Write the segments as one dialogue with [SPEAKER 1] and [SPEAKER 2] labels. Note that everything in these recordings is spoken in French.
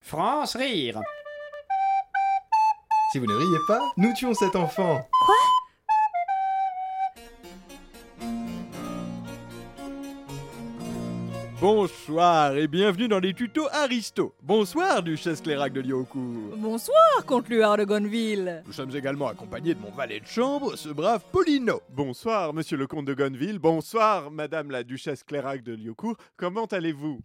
[SPEAKER 1] France rire.
[SPEAKER 2] Si vous ne riez pas, nous tuons cet enfant.
[SPEAKER 3] Bonsoir et bienvenue dans les tutos Aristo. Bonsoir, Duchesse Clérac de Lyocourt.
[SPEAKER 4] Bonsoir, comte Luard de Gonneville.
[SPEAKER 3] Nous sommes également accompagnés de mon valet de chambre, ce brave Paulino.
[SPEAKER 5] Bonsoir, monsieur le comte de Gonneville. Bonsoir, madame la duchesse Clérac de Lyocourt. Comment allez-vous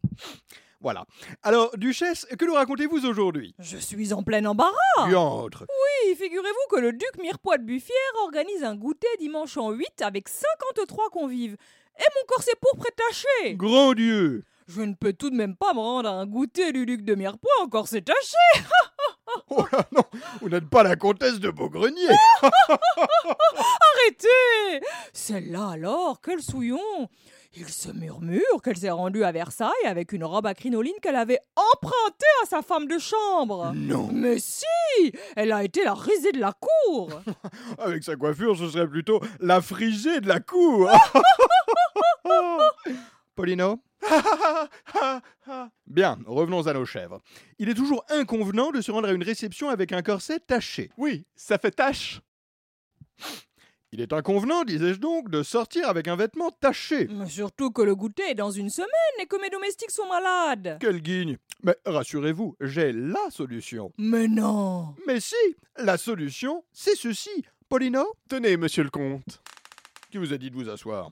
[SPEAKER 3] Voilà. Alors, Duchesse, que nous racontez-vous aujourd'hui
[SPEAKER 4] Je suis en plein embarras.
[SPEAKER 3] Tu entres.
[SPEAKER 4] Oui, figurez-vous que le duc Mirepoix de Buffière organise un goûter dimanche en 8 avec 53 convives. Et mon corset pourpre est taché.
[SPEAKER 3] Grand Dieu
[SPEAKER 4] Je ne peux tout de même pas me rendre à un goûter du duc de Mirepoix en corset taché.
[SPEAKER 3] Oh là non Vous n'êtes pas la comtesse de Beaugrenier
[SPEAKER 4] Arrêtez Celle-là alors, quel souillon Il se murmure qu'elle s'est rendue à Versailles avec une robe à crinoline qu'elle avait empruntée à sa femme de chambre.
[SPEAKER 3] Non
[SPEAKER 4] Mais si Elle a été la risée de la cour
[SPEAKER 3] Avec sa coiffure, ce serait plutôt la frisée de la cour Paulino Bien, revenons à nos chèvres. Il est toujours inconvenant de se rendre à une réception avec un corset taché.
[SPEAKER 5] Oui, ça fait tâche.
[SPEAKER 3] Il est inconvenant, disais-je donc, de sortir avec un vêtement taché.
[SPEAKER 4] Mais surtout que le goûter est dans une semaine et que mes domestiques sont malades
[SPEAKER 3] Quelle guigne Mais rassurez-vous, j'ai la solution.
[SPEAKER 4] Mais non
[SPEAKER 3] Mais si, la solution, c'est ceci. Paulino
[SPEAKER 5] Tenez, monsieur le comte.
[SPEAKER 3] Qui vous a dit de vous asseoir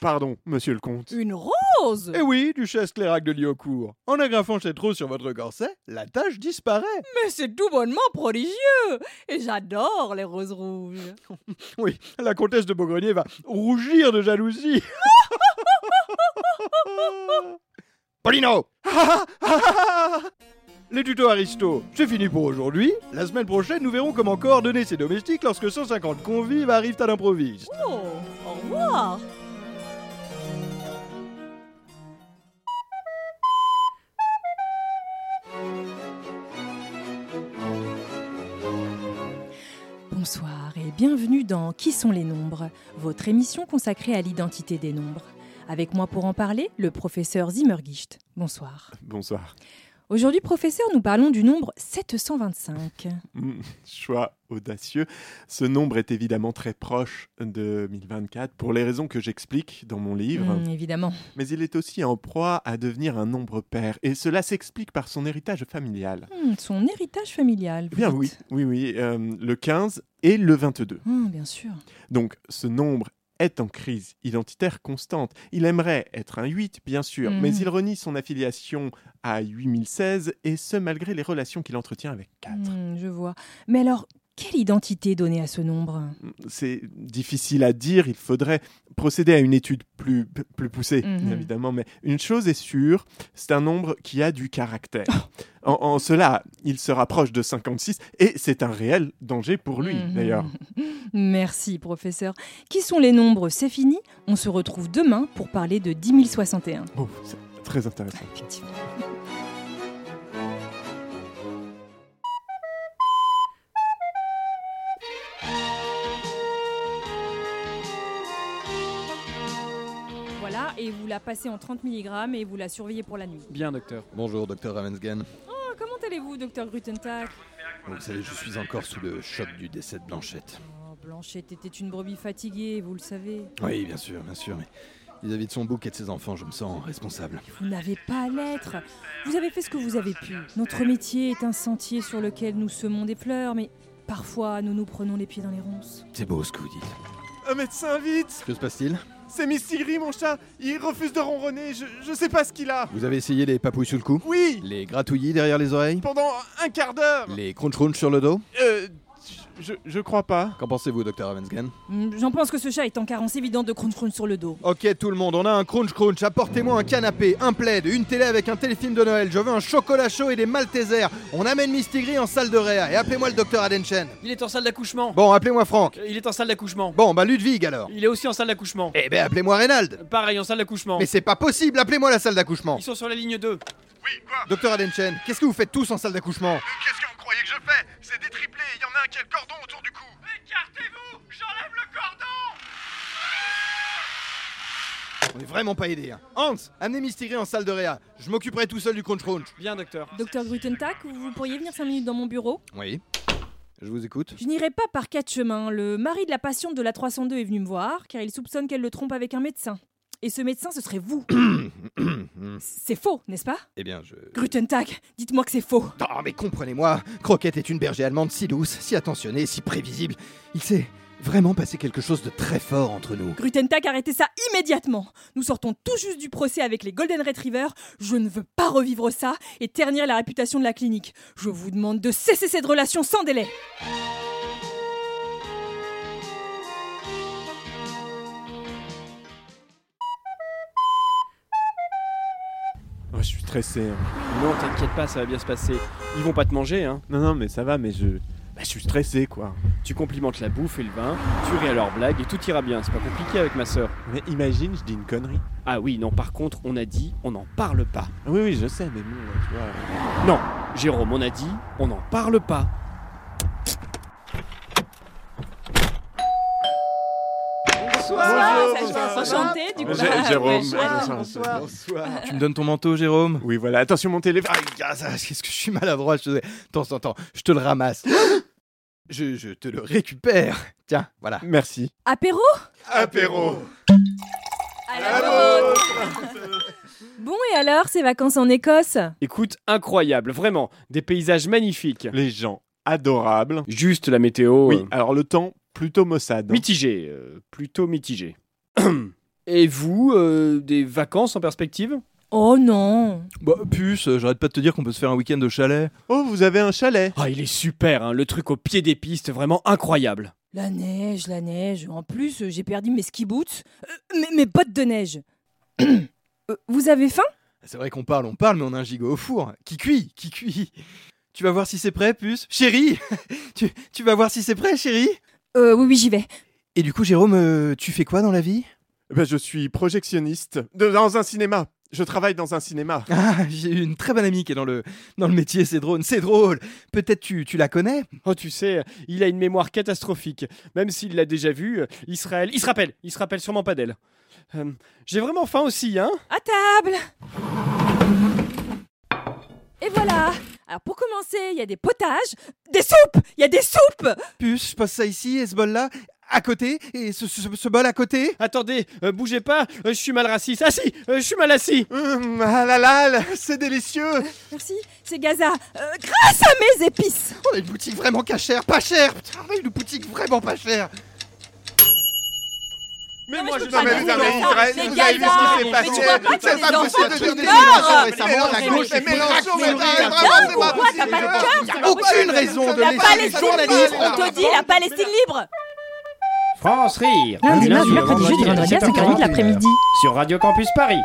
[SPEAKER 5] Pardon, monsieur le comte.
[SPEAKER 4] Une rose
[SPEAKER 3] Eh oui, duchesse Clérac de Lyocourt. En agrafant cette rose sur votre corset, la tache disparaît.
[SPEAKER 4] Mais c'est tout bonnement prodigieux Et j'adore les roses rouges
[SPEAKER 3] Oui, la comtesse de Beaugrenier va rougir de jalousie. Paulino Les tutos Aristo, c'est fini pour aujourd'hui. La semaine prochaine, nous verrons comment coordonner ses domestiques lorsque 150 convives arrivent à l'improviste.
[SPEAKER 4] Oh Au revoir Bonsoir et bienvenue dans Qui sont les nombres Votre émission consacrée à l'identité des nombres. Avec moi pour en parler, le professeur Zimmergicht. Bonsoir.
[SPEAKER 5] Bonsoir.
[SPEAKER 4] Aujourd'hui, professeur, nous parlons du nombre 725.
[SPEAKER 5] Hmm, choix audacieux. Ce nombre est évidemment très proche de 1024 pour les raisons que j'explique dans mon livre.
[SPEAKER 4] Hmm, évidemment.
[SPEAKER 5] Mais il est aussi en proie à devenir un nombre pair et cela s'explique par son héritage familial.
[SPEAKER 4] Hmm, son héritage familial.
[SPEAKER 5] Eh bien
[SPEAKER 4] vous
[SPEAKER 5] oui,
[SPEAKER 4] dites.
[SPEAKER 5] oui, oui. euh, le 15 et le 22.
[SPEAKER 4] Hmm, bien sûr.
[SPEAKER 5] Donc ce nombre est en crise identitaire constante. Il aimerait être un 8, bien sûr,
[SPEAKER 4] Mhm.
[SPEAKER 5] mais il renie son affiliation à 8016, et ce malgré les relations qu'il entretient avec 4.
[SPEAKER 4] Hmm, je vois. Mais alors, quelle identité donner à ce nombre
[SPEAKER 5] C'est difficile à dire, il faudrait procéder à une étude plus, plus poussée,
[SPEAKER 4] Mhm.
[SPEAKER 5] évidemment, mais une chose est sûre, c'est un nombre qui a du caractère.
[SPEAKER 4] Oh.
[SPEAKER 5] en, en cela, il se rapproche de 56, et c'est un réel danger pour lui,
[SPEAKER 4] Mhm.
[SPEAKER 5] d'ailleurs.
[SPEAKER 4] Merci, professeur. Qui sont les nombres C'est fini. On se retrouve demain pour parler de 10 061.
[SPEAKER 5] Oh, c'est très intéressant.
[SPEAKER 4] Effectivement. Voilà, et vous la passez en 30 mg et vous la surveillez pour la nuit.
[SPEAKER 6] Bien, docteur.
[SPEAKER 3] Bonjour, docteur Ravensgen.
[SPEAKER 4] Ah, comment allez-vous, docteur Grutentag
[SPEAKER 3] Vous savez, je suis encore sous le choc du décès de Blanchette.
[SPEAKER 4] Oh, Blanchette était une brebis fatiguée, vous le savez.
[SPEAKER 3] Oui, bien sûr, bien sûr, mais vis-à-vis de son bouc et de ses enfants, je me sens responsable.
[SPEAKER 4] Vous n'avez pas à l'être. Vous avez fait ce que vous avez pu. Notre métier est un sentier sur lequel nous semons des fleurs, mais parfois nous nous prenons les pieds dans les ronces.
[SPEAKER 3] C'est beau ce que vous dites.
[SPEAKER 5] Un médecin, vite
[SPEAKER 3] Que se passe-t-il
[SPEAKER 5] C'est Mistigri, mon chat Il refuse de ronronner, je, je sais pas ce qu'il a
[SPEAKER 3] Vous avez essayé les papouilles sous le cou
[SPEAKER 5] Oui
[SPEAKER 3] Les gratouillis derrière les oreilles
[SPEAKER 5] Pendant un quart d'heure
[SPEAKER 3] Les crunch sur le dos
[SPEAKER 5] Euh, je, je crois pas.
[SPEAKER 3] Qu'en pensez-vous, docteur Ravensgen
[SPEAKER 4] Hmm, J'en pense que ce chat est en carence évidente de crunch crunch sur le dos.
[SPEAKER 3] Ok, tout le monde, on a un crunch crunch. Apportez-moi un canapé, un plaid, une télé avec un téléfilm de Noël. Je veux un chocolat chaud et des maltésers. On amène Mistigri en salle de réa et appelez-moi le docteur Adenchen.
[SPEAKER 6] Il est en salle d'accouchement.
[SPEAKER 3] Bon, appelez-moi Franck.
[SPEAKER 6] Il est en salle d'accouchement.
[SPEAKER 3] Bon, bah Ludwig alors.
[SPEAKER 6] Il est aussi en salle d'accouchement.
[SPEAKER 3] Eh ben, appelez-moi Reynald.
[SPEAKER 6] Pareil, en salle d'accouchement.
[SPEAKER 3] Mais c'est pas possible, appelez-moi la salle d'accouchement.
[SPEAKER 6] Ils sont sur la ligne 2.
[SPEAKER 3] Docteur Adenchen, qu'est-ce que vous faites tous en salle d'accouchement
[SPEAKER 7] Qu'est-ce que vous croyez que je fais C'est détriplé, il y en a un qui a le cordon autour du cou. Écartez-vous J'enlève le cordon
[SPEAKER 8] On est vraiment pas aidé. Hein. Hans, amenez Mystery en salle de réa. Je m'occuperai tout seul du crunch crunch.
[SPEAKER 3] Bien, docteur.
[SPEAKER 4] Docteur Grutentag, vous pourriez venir 5 minutes dans mon bureau
[SPEAKER 8] Oui. Je vous écoute.
[SPEAKER 4] Je n'irai pas par quatre chemins. Le mari de la patiente de la 302 est venu me voir car il soupçonne qu'elle le trompe avec un médecin. Et ce médecin, ce serait vous. c'est faux, n'est-ce pas
[SPEAKER 8] eh bien, je.
[SPEAKER 4] Grutentag, dites-moi que c'est faux.
[SPEAKER 8] Oh, mais comprenez-moi, Croquette est une berger allemande si douce, si attentionnée, si prévisible. Il s'est vraiment passé quelque chose de très fort entre nous.
[SPEAKER 4] Grutentag, arrêtez ça immédiatement. Nous sortons tout juste du procès avec les Golden Retrievers. Je ne veux pas revivre ça et ternir la réputation de la clinique. Je vous demande de cesser cette relation sans délai.
[SPEAKER 5] Oh, je suis stressé. hein.
[SPEAKER 3] Non, t'inquiète pas, ça va bien se passer. Ils vont pas te manger, hein.
[SPEAKER 5] Non, non, mais ça va, mais je. bah, je suis stressé, quoi.
[SPEAKER 3] Tu complimentes la bouffe et le vin, tu ris à leurs blagues et tout ira bien. C'est pas compliqué avec ma sœur.
[SPEAKER 5] Mais imagine, je dis une connerie.
[SPEAKER 3] Ah oui, non, par contre, on a dit, on n'en parle pas.
[SPEAKER 5] Ah Oui, oui, je sais, mais bon, tu vois. euh,
[SPEAKER 3] Non, Jérôme, on a dit, on n'en parle pas.
[SPEAKER 4] Bonsoir,
[SPEAKER 5] Bonjour, bonsoir.
[SPEAKER 4] Enchanté, du coup.
[SPEAKER 5] J'ai-
[SPEAKER 4] Ah,
[SPEAKER 5] Jérôme,
[SPEAKER 4] ouais,
[SPEAKER 5] bonsoir.
[SPEAKER 8] Bonsoir. Tu me donnes ton manteau, Jérôme
[SPEAKER 5] Oui, voilà, attention, mon téléphone.
[SPEAKER 8] Aïe, ah, ça, qu'est-ce que je suis maladroit, je te Attends, attends, attends, je te le ramasse. Je, je te le récupère. Tiens, voilà.
[SPEAKER 5] Merci.
[SPEAKER 4] Apéro
[SPEAKER 5] Apéro
[SPEAKER 4] À la Bon, et alors, ces vacances en Écosse
[SPEAKER 3] Écoute, incroyable, vraiment, des paysages magnifiques.
[SPEAKER 5] Les gens adorables.
[SPEAKER 3] Juste la météo.
[SPEAKER 5] Oui,
[SPEAKER 3] euh,
[SPEAKER 5] alors le temps, plutôt maussade. hein.
[SPEAKER 3] Mitigé, euh, plutôt mitigé. Et vous, euh, des vacances en perspective
[SPEAKER 4] Oh non
[SPEAKER 1] Bah, puce, euh, j'arrête pas de te dire qu'on peut se faire un week-end de chalet.
[SPEAKER 5] Oh, vous avez un chalet
[SPEAKER 3] Ah, il est super, hein, le truc au pied des pistes, vraiment incroyable.
[SPEAKER 4] La neige, la neige. En plus, euh, j'ai perdu mes ski boots, euh, mes, mes bottes de neige. Euh, Vous avez faim
[SPEAKER 8] C'est vrai qu'on parle, on parle, mais on a un gigot au four. Qui cuit Qui cuit Tu vas voir si c'est prêt, puce Chérie tu, tu vas voir si c'est prêt, chérie
[SPEAKER 4] euh, Oui, oui, j'y vais.
[SPEAKER 8] Et du coup, Jérôme, euh, tu fais quoi dans la vie
[SPEAKER 5] Eh ben, Je suis projectionniste de- dans un cinéma. Je travaille dans un cinéma.
[SPEAKER 8] Ah, j'ai une très bonne amie qui est dans le, dans le métier, c'est drôle, c'est drôle. Peut-être tu, tu la connais
[SPEAKER 3] Oh, tu sais, il a une mémoire catastrophique. Même s'il l'a déjà vu, euh, Israël. Il se rappelle, il se rappelle sûrement pas d'elle. Euh, J'ai vraiment faim aussi, hein
[SPEAKER 4] À table Et voilà Alors pour commencer, il y a des potages, des soupes Il y a des soupes
[SPEAKER 8] Puce, je passe ça ici et ce bol-là, à côté, et ce, ce, ce bol à côté
[SPEAKER 3] Attendez, euh, bougez pas, euh, je suis mal raciste. Ah si, euh, je suis mal assis
[SPEAKER 5] Hum, ah là là, là, c'est délicieux
[SPEAKER 4] Merci, c'est Gaza. Euh, grâce à mes épices
[SPEAKER 8] On a une boutique vraiment pas chère, pas chère Putain, on a une boutique vraiment pas chère
[SPEAKER 4] Mais
[SPEAKER 5] moi,
[SPEAKER 4] je
[SPEAKER 5] je
[SPEAKER 4] peux pas
[SPEAKER 5] savais
[SPEAKER 4] dire
[SPEAKER 5] jamais,
[SPEAKER 4] ça.
[SPEAKER 5] vous avez-
[SPEAKER 4] C'est
[SPEAKER 5] vous avez vu ce qui s'est
[SPEAKER 4] Gaza.
[SPEAKER 5] passé.
[SPEAKER 4] Mais tu vois pas que
[SPEAKER 5] C'est
[SPEAKER 4] les
[SPEAKER 5] pas
[SPEAKER 4] enfants
[SPEAKER 5] possible de
[SPEAKER 4] qui
[SPEAKER 5] dire des
[SPEAKER 4] pleurent.
[SPEAKER 8] Ah,
[SPEAKER 5] choses
[SPEAKER 4] Mais
[SPEAKER 5] récemment,
[SPEAKER 4] non,
[SPEAKER 5] la
[SPEAKER 4] mais
[SPEAKER 5] gauche
[SPEAKER 4] mais
[SPEAKER 5] et Mélenchon, mais
[SPEAKER 4] mais
[SPEAKER 5] t'arrives
[SPEAKER 4] t'as
[SPEAKER 5] vraiment,
[SPEAKER 4] ou
[SPEAKER 5] c'est pas
[SPEAKER 4] quoi T'as
[SPEAKER 5] possible.
[SPEAKER 4] Ah, pas de cœur
[SPEAKER 5] Il y a
[SPEAKER 4] T'as pas
[SPEAKER 5] aucune
[SPEAKER 4] de-
[SPEAKER 5] raison de
[SPEAKER 4] La
[SPEAKER 5] laisser les
[SPEAKER 4] Palestine
[SPEAKER 5] journalistes,
[SPEAKER 4] libre, on te dit, la Palestine libre
[SPEAKER 9] France Rire
[SPEAKER 6] Lundi, mardi, mercredi,
[SPEAKER 9] vendredi,
[SPEAKER 6] jeudi, vendredi à
[SPEAKER 9] 17h40,
[SPEAKER 6] 5h40 de l'après-midi.
[SPEAKER 9] sur Radio Campus Paris.